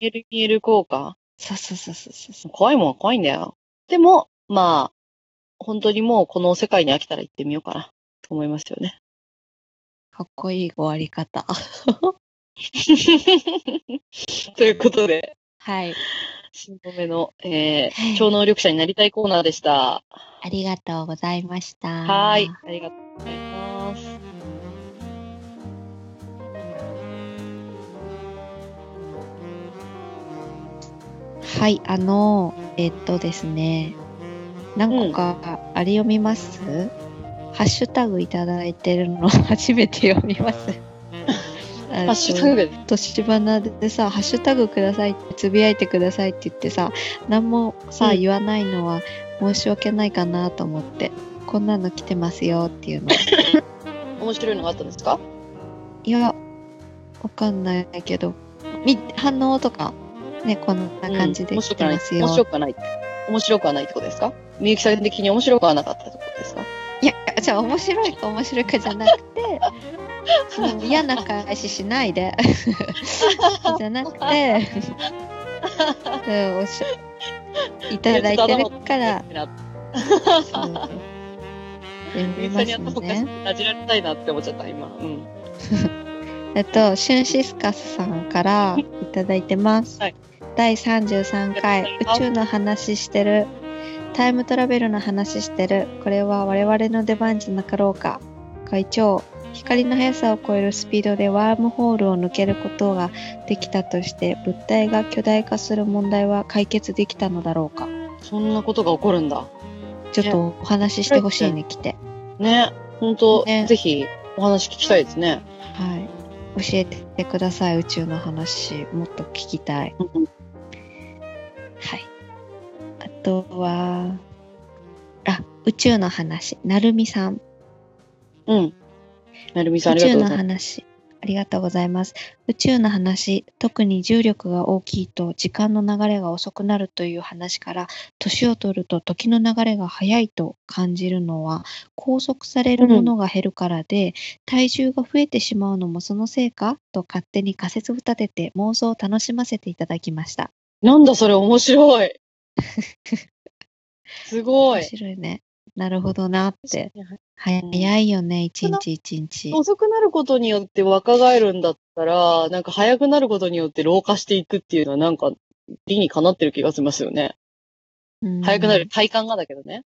Speaker 4: 見える見える効果
Speaker 3: そうそうそうそうそうそう。
Speaker 4: 怖いもんは怖いんだよ。でも、まあ、本当にもうこの世界に飽きたら行ってみようかな、と思いますよね。
Speaker 3: かっこいい終わり方。
Speaker 4: ということで、
Speaker 3: はい。
Speaker 4: 新度目の、えー
Speaker 3: はい
Speaker 4: 超能力者になりたいコーナーでした。
Speaker 3: ありがとうございました。
Speaker 4: はい。ありがとうございます。
Speaker 3: はい、あの、えっとですね、何個かあれ読みます、ハッシュタグいただいてるの初めて読みます。 ハ
Speaker 4: ハッシュタグ。
Speaker 3: 年花でさ、ハッシュタグくださいって、つぶやいてくださいって言ってさ、何もさ、
Speaker 4: うん
Speaker 3: 言わないのは申し訳ないかなと思って、こんなの来てますよっていうの。
Speaker 4: 面白いのがあったんですか
Speaker 3: いや、わかんないけど、み反応とか、ね、こんな感じで
Speaker 4: 面
Speaker 3: 来て
Speaker 4: 白くない
Speaker 3: ますよ
Speaker 4: 面白くはない。面白くはないってことですかみゆきさん的に面白くはなかったってことですか
Speaker 3: いや、じゃあ面白いか面白いかじゃなく て、その嫌な返ししないで。 じゃなくて、 うんおしいただいてるから、そう読
Speaker 4: み
Speaker 3: み
Speaker 4: ゆきさ
Speaker 3: ま
Speaker 4: んにや
Speaker 3: す
Speaker 4: ったほうが
Speaker 3: ね。
Speaker 4: なじられたいなって思っちゃった、今。うん。
Speaker 3: えっと、シュンシスカスさんからいただいてます。
Speaker 4: はい
Speaker 3: 第33回、宇宙の話してる。タイムトラベルの話してる。これは我々の出番じゃなかろうか。会長、光の速さを超えるスピードでワームホールを抜けることができたとして、物体が巨大化する問題は解決できたのだろうか。
Speaker 4: そんなことが起こるんだ。
Speaker 3: ちょっとお話ししてほしいね、来て。
Speaker 4: ね。本当、
Speaker 3: ね
Speaker 4: ぜひお話聞きたいですね。
Speaker 3: はい。教えてください、宇宙の話。もっと聞きたい。
Speaker 4: うん
Speaker 3: はい。あとは、あ、宇宙の話、なるみさん。
Speaker 4: うん。なるみさん、あ
Speaker 3: 宇
Speaker 4: り
Speaker 3: 宙
Speaker 4: がと
Speaker 3: の
Speaker 4: うございます。
Speaker 3: 話、ありがとうございます。宇宙の話、特に重力が大きいと時間の流れが遅くなるという話から、年を取ると時の流れが速いと感じるのは、拘束されるものが減るからで、体重が増えてしまうのもそのせいかと勝手に仮説を立てて妄想を楽しませていただきました。
Speaker 4: なんだそれ、面白い。 すごい
Speaker 3: 面。白いね。なるほどなって。
Speaker 4: うん
Speaker 3: 早いよね、一
Speaker 4: その
Speaker 3: 日一日。
Speaker 4: 遅くなることによって若返るんだったら、なんか早くなることによって老化していくっていうのは、なんか、理にかなってる気がしますよね。
Speaker 3: うん
Speaker 4: 早くなる。体感がだけどね。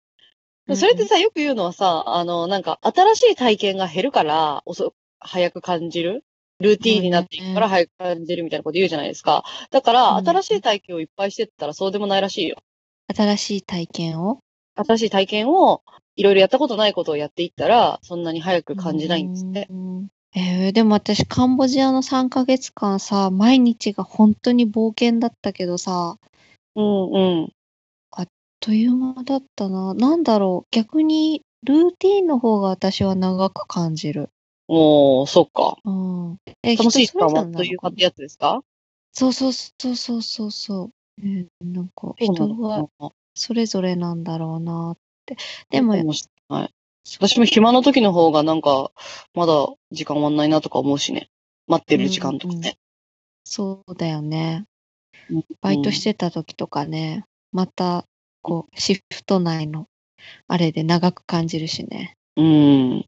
Speaker 3: うん
Speaker 4: それってさ、よく言うのはさ、あの、なんか、新しい体験が減るから、遅、早く感じる。ルーティーンになっていくから
Speaker 3: うん
Speaker 4: 早く感じるみたいなこと言うじゃないですか。だから、
Speaker 3: うん
Speaker 4: 新しい体験をいっぱいしてったらそうでもないらしいよ。
Speaker 3: 新しい体験を
Speaker 4: 新しい体験を、いろいろやったことないことをやっていったら、そんなに早く感じないんですって。。
Speaker 3: うんえーでも私、カンボジアの3ヶ月間さ、毎日が本当に冒険だったけどさ、あっ
Speaker 4: うんうん。
Speaker 3: という間だったな。なんだろう、逆にルーティンの方が私は長く感じる。
Speaker 4: おー、そっか。
Speaker 3: うん。え
Speaker 4: 楽しい時間
Speaker 3: 人それぞれ
Speaker 4: は
Speaker 3: なの
Speaker 4: というかってやつですか
Speaker 3: そうそうそうそうそうそう。うん、なんか、
Speaker 4: そうな
Speaker 3: 人
Speaker 4: の
Speaker 3: は
Speaker 4: かな
Speaker 3: それぞれなんだろうなって。でも
Speaker 4: そうか、しれない私も暇の時の方がなんか、まだ時間終わんないなとか思うしね。待ってる時間とかね。
Speaker 3: そうだよね。バイトしてた時とかね、また、こう、シフト内の、あれで長く感じるしね。
Speaker 4: うん。うん。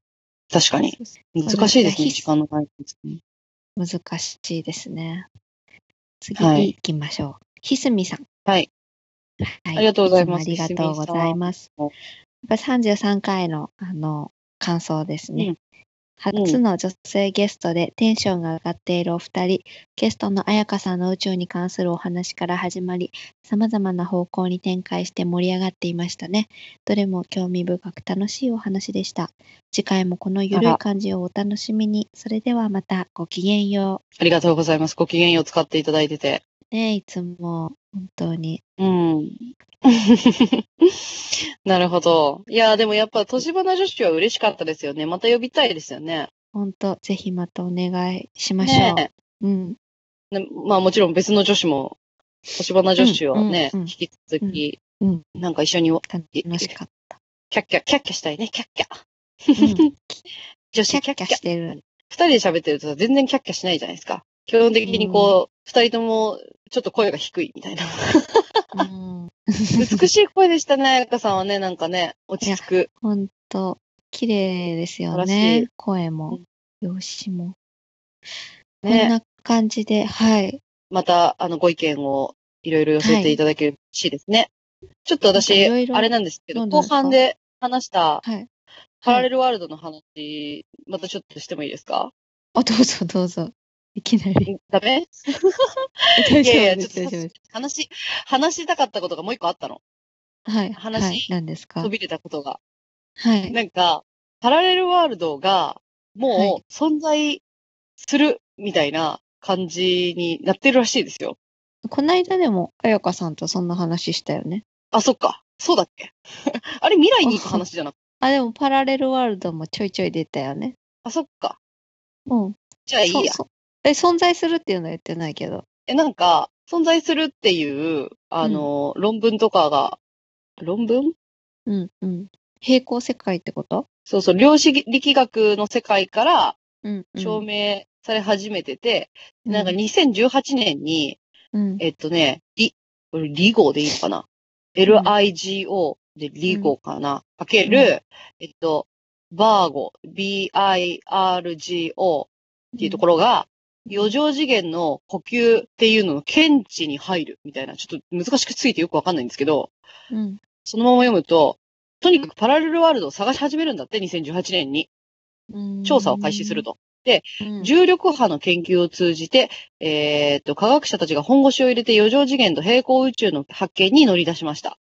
Speaker 4: 確かに。難しいですね、時間の概念。
Speaker 3: 難しいですね。次
Speaker 4: はい
Speaker 3: 行きましょう。ひすみさん。
Speaker 4: はい。
Speaker 3: はい、
Speaker 4: ありがとうございます
Speaker 3: つもありがとうございます。
Speaker 4: ひすみ
Speaker 3: やっぱ33回の、あの、感想ですね。
Speaker 4: うんん
Speaker 3: 初の女性ゲストでテンションが上がっているお二人、ゲストの彩香さんの宇宙に関するお話から始まり、様々な方向に展開して盛り上がっていましたね。どれも興味深く楽しいお話でした。次回もこのゆるい感じをお楽しみに。それではまたごきげんよ
Speaker 4: ありがとうございます。ご機嫌を使っていただいてて。
Speaker 3: う。ねえいつも本当に。
Speaker 4: うん。 なるほど。いやー、でもやっぱ、年花女子は嬉しかったですよね。また呼びたいですよね。
Speaker 3: 本当、ぜひまたお願いしましょう。
Speaker 4: ねえ
Speaker 3: うん。
Speaker 4: ね、まあもちろん別の女子も、星花女子をね、
Speaker 3: うんうんうん
Speaker 4: 引き続き、
Speaker 3: うん
Speaker 4: なんか一緒に
Speaker 3: 楽しかっ
Speaker 4: キャッキャ、キャッキャしたいね、キャッキャ。
Speaker 3: た。うん、キ
Speaker 4: 女
Speaker 3: ャ
Speaker 4: 子
Speaker 3: ッキ
Speaker 4: キャッ
Speaker 3: ャ
Speaker 4: キャ
Speaker 3: し。てる。
Speaker 4: 二人で喋ってると全然キャッキャしないじゃないですか。基本的にこう、二、人ともちょっと声が低いみたいな。
Speaker 3: うん、
Speaker 4: 美しい声でしたね、エカさんはね、なんかね、落ち着く。
Speaker 3: ほんと、綺麗ですよ
Speaker 4: 素晴らし
Speaker 3: ね。声も、容姿も。こん
Speaker 4: ね。
Speaker 3: な感じで、はい。
Speaker 4: また、あの、ご意見をいろいろ寄せていただけるしいですね。ちょっと私、
Speaker 3: なんかいろいろ
Speaker 4: あれなんですけど、
Speaker 3: どうなん
Speaker 4: 後
Speaker 3: ですか
Speaker 4: 半で話した
Speaker 3: はい。
Speaker 4: パラレルワールドの話、またちょっとしてもいいですか
Speaker 3: あ、どうぞどうぞ。いきなり。
Speaker 4: ダメ
Speaker 3: 大
Speaker 4: いやいや
Speaker 3: 丈夫です、
Speaker 4: ちょ
Speaker 3: 大
Speaker 4: っと
Speaker 3: 丈夫です。
Speaker 4: 話、話したかったことがもう一個あったの。
Speaker 3: はい。
Speaker 4: 話
Speaker 3: はい。何ですか
Speaker 4: 飛び出たことが。
Speaker 3: はい。
Speaker 4: なんか、パラレルワールドが、
Speaker 3: は
Speaker 4: もう存在するみたいな感じになってるらしいですよ。
Speaker 3: こないだでも、あやかさんとそんな話したよね。
Speaker 4: あ、そっか。そうだっけ あれ、未来に行く話じゃなくて。
Speaker 3: あ、でもパラレルワールドもちょいちょい出たよね。
Speaker 4: あ、そっか。
Speaker 3: うん。
Speaker 4: じゃあいいや。
Speaker 3: そそえ、存在するっていうのは言ってないけど。
Speaker 4: え、なんか、存在するっていう、あの、論文とかが、論文
Speaker 3: うんうん。平行世界ってこと
Speaker 4: そうそう、量子力学の世界から
Speaker 3: うん、うん。
Speaker 4: 証明され始めてて、
Speaker 3: うん
Speaker 4: なんか2018年に、
Speaker 3: うん。
Speaker 4: えっとね、リ、これリゴでいいのかな ?LIGO でリゴかなかけ
Speaker 3: うん
Speaker 4: る、えっと、バーゴ、B-I-R-G-O っていうところが、余剰次元の呼吸っていうのの検知に入るみたいな、ちょっと難しくついてよくわかんないんですけど、
Speaker 3: うん。
Speaker 4: そのまま読むと、とにかくパラレルワールドを探し始めるんだって、2018年に
Speaker 3: うん
Speaker 4: 調査を開始する。と。
Speaker 3: うん
Speaker 4: 重力波の研究を通じて、えーっと、科学者たちが本腰を入れて余剰次元と平行宇宙の発見に乗り出しました。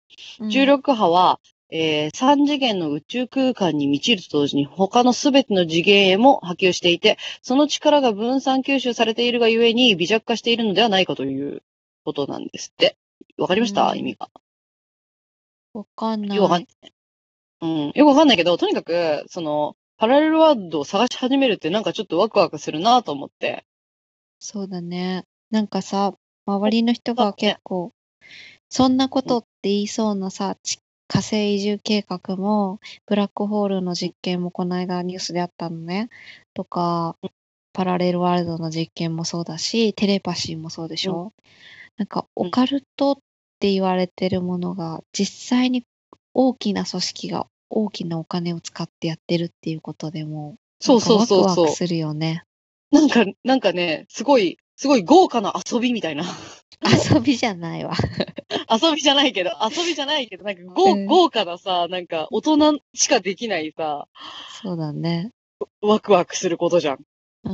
Speaker 4: 重。力波は、えー、3次元の宇宙空間に満ちると同時に他のすべての次元へも波及していて、その力が分散吸収されているがゆえに微弱化しているのではないかということなんですって。わかりました、
Speaker 3: うん
Speaker 4: 意味が。
Speaker 3: うんわかんない。
Speaker 4: よくわかんない。うん。よくわかんないけど、とにかく、その、パラレルワールドを探し始めるってなんかちょっとワクワクするなと思って。
Speaker 3: そうだね。なんかさ、周りの人が結構、そんなことって言いそうなさ、ち火星移住計画も、ブラックホールの実験もこの間ニュースであったのね。とか、パラレルワールドの実験もそうだし、テレパシーもそうでしょ、なんか、
Speaker 4: うん
Speaker 3: オカルトって言われてるものが、実際に大きな組織が大きなお金を使ってやってるっていうことでも、
Speaker 4: そうそうそうそう。
Speaker 3: なんかワクワクするよね。
Speaker 4: なんか、なんかね、すごい、すごい豪華な遊びみたいな。
Speaker 3: 遊びじゃないわ。
Speaker 4: 遊びじゃないけど、遊びじゃないけど、なんか豪,、
Speaker 3: うん
Speaker 4: 豪華なさ、なんか大人しかできないさ、
Speaker 3: そうだね。
Speaker 4: ワクワクすることじゃ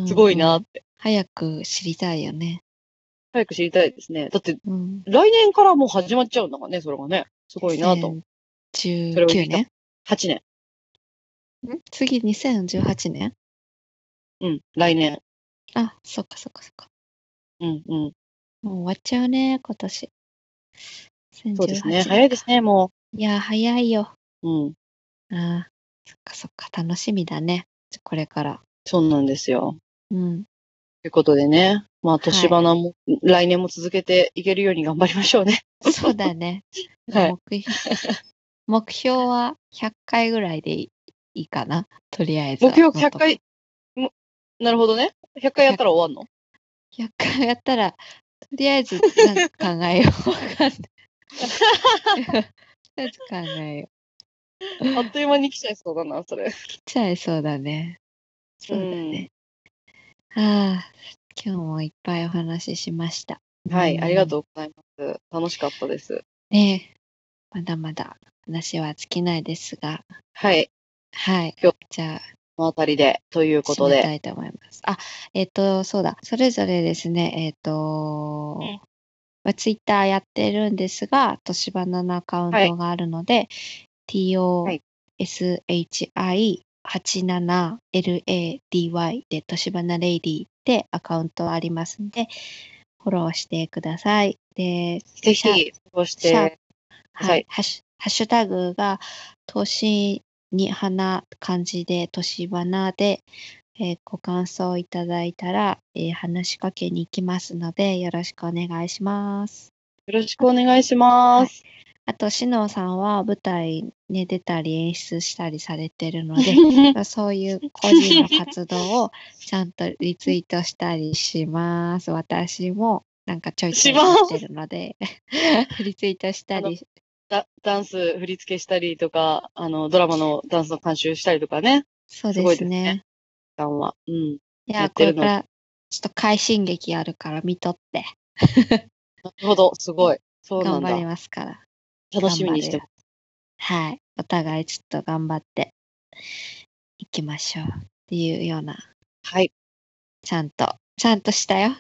Speaker 4: ん。すごいな
Speaker 3: うんう
Speaker 4: っ
Speaker 3: ん。
Speaker 4: て。
Speaker 3: 早く知りたいよね。
Speaker 4: 早く知りたいですね。だって、
Speaker 3: うん。
Speaker 4: 来年からもう始まっちゃうんだからね、それがね。すごいなと。れを
Speaker 3: 2019
Speaker 4: 聞いた
Speaker 3: 年
Speaker 4: 8年。
Speaker 3: ん次2018年
Speaker 4: うん、来年。
Speaker 3: あ、そっかそっかそっか。
Speaker 4: うん、うん。
Speaker 3: もう終わっちゃうね、今年。
Speaker 4: そうですね。
Speaker 3: 2018
Speaker 4: 早いですね、も
Speaker 3: いや、早いよ。
Speaker 4: う。うん。
Speaker 3: ああ、そっかそっか。楽しみだね。じゃこれから。
Speaker 4: そうなんですよ。
Speaker 3: うん。
Speaker 4: ということでね、まあ、
Speaker 3: い
Speaker 4: 年花も、来年も続けていけるように頑張りましょうね。
Speaker 3: そうだ ね。
Speaker 4: はい。
Speaker 3: 目標 目標は100回ぐらいでいいいいかな。とりあえず
Speaker 4: 目
Speaker 3: は。
Speaker 4: 標100回、もなるほどね。100回やったら終わんの
Speaker 3: 100回やったら、とりあえずなんか考えよう。わかんない。とりあえず考えよう。
Speaker 4: あっという間に来ちゃいそうだな、それ。
Speaker 3: 来ちゃいそうだね。そうだね。ああ、今日もいっぱいお話ししました。
Speaker 4: はい、ありが
Speaker 3: う
Speaker 4: とうございます。楽しかったです。
Speaker 3: ん。ねえまだまだ話は尽きないですが、
Speaker 4: はい、
Speaker 3: はい
Speaker 4: 今日。
Speaker 3: じゃあ、
Speaker 4: このあたりで、ということ
Speaker 3: 締め
Speaker 4: で。
Speaker 3: たいと思います。あ、えっ、と、そうだ。それぞれですね、えっ、と
Speaker 4: うん、
Speaker 3: まあ、ツイッターやってるんですが、年花のアカウントがあるので、
Speaker 4: はい
Speaker 3: TOSHI87LADY で、年花レイディでアカウントありますんで、フォローしてください。で、
Speaker 4: ぜひ、そし
Speaker 3: シャー
Speaker 4: て
Speaker 3: プ、はい、
Speaker 4: はい
Speaker 3: ハッシュハッシュタグが、年に花、漢字で、年花で、えーご感想いただいたら、えー話しかけに行きますので、よろしくお願いします。
Speaker 4: よろしくお願いします。
Speaker 3: あと、志能さんは舞台に出たり演出したりされてるの で、 まあそういう個人の活動をちゃんとリツイートしたりします。私もなんかちょいちょい
Speaker 4: します
Speaker 3: やってるので、リツイートしたり
Speaker 4: ダダンス振り付けしたりとか、あの、ドラマのダンスの監修したりとかね、
Speaker 3: そう
Speaker 4: す
Speaker 3: で
Speaker 4: ごい
Speaker 3: す
Speaker 4: です
Speaker 3: ね
Speaker 4: ね。時間は。うん。
Speaker 3: い
Speaker 4: や
Speaker 3: や、
Speaker 4: っ
Speaker 3: こ
Speaker 4: て
Speaker 3: れ
Speaker 4: るの
Speaker 3: からちょっと快進撃あるから見とって、
Speaker 4: なるほど、すごい。そうな
Speaker 3: 頑
Speaker 4: ん
Speaker 3: 張り
Speaker 4: だ。
Speaker 3: ますから。
Speaker 4: 楽しみにしてます。
Speaker 3: はい。お互いちょっと頑張っていきましょうっていうような、
Speaker 4: はい。
Speaker 3: ちゃんと、ちゃんとしたよ。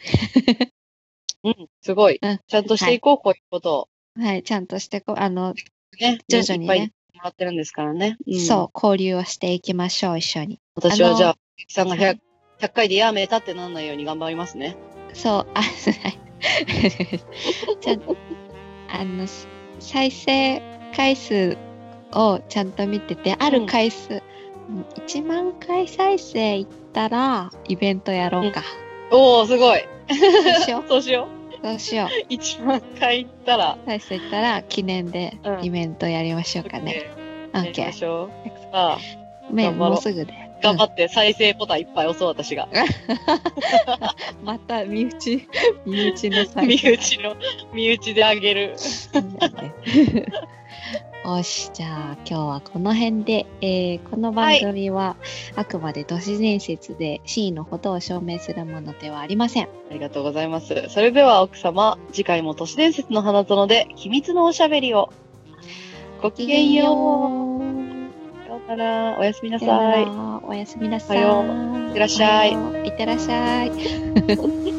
Speaker 4: うん、すごい。
Speaker 3: うん
Speaker 4: ちゃんとしていこう、こういうことを。
Speaker 3: はい、ちゃんとしてこう、あの、
Speaker 4: ね、
Speaker 3: 徐々にね
Speaker 4: いっぱいもらってるんですからね。うん
Speaker 3: そう、交流をしていきましょう、一緒に。
Speaker 4: 私はじゃ
Speaker 3: あ
Speaker 4: あ、ゆきさんが
Speaker 3: は
Speaker 4: 100,
Speaker 3: い
Speaker 4: 100回でやめたってなんないように頑張りますね。
Speaker 3: そう、あ、はい。 ちゃんあの、す再生回数をちゃんと見てて、ある回数、うん1万回再生いったら、イベントやろうか。
Speaker 4: おお、すごい。。
Speaker 3: そうしよう
Speaker 4: そうしよ
Speaker 3: そうしよう。
Speaker 4: う。1万回行ったら。
Speaker 3: 再生いったら、記念で
Speaker 4: うん
Speaker 3: イベントやりましょうかね。。オ
Speaker 4: や
Speaker 3: ッ
Speaker 4: り
Speaker 3: ケ
Speaker 4: ま
Speaker 3: ー。
Speaker 4: しょう。さあ、
Speaker 3: め
Speaker 4: 頑張ろう
Speaker 3: もうすぐで。
Speaker 4: 頑張って再生ボタンいっぱい押そう、私
Speaker 3: う
Speaker 4: が。
Speaker 3: んまた、身内、身内の再
Speaker 4: 身
Speaker 3: 生。
Speaker 4: 内の、身内であげる。
Speaker 3: よし、じゃあ今日はこの辺で、えーこの番組は、あくまで都市伝説で真意のことを証明するものではありません。
Speaker 4: ありがとうございます。それでは奥様、次回も都市伝説の花園で秘密のおしゃべりを。ごきげんよう。さようなら。おやすみな
Speaker 3: さよな
Speaker 4: さい。
Speaker 3: らおやすみなさい。
Speaker 4: おはよういってらっしゃい
Speaker 3: おはよう。いってらっしゃい。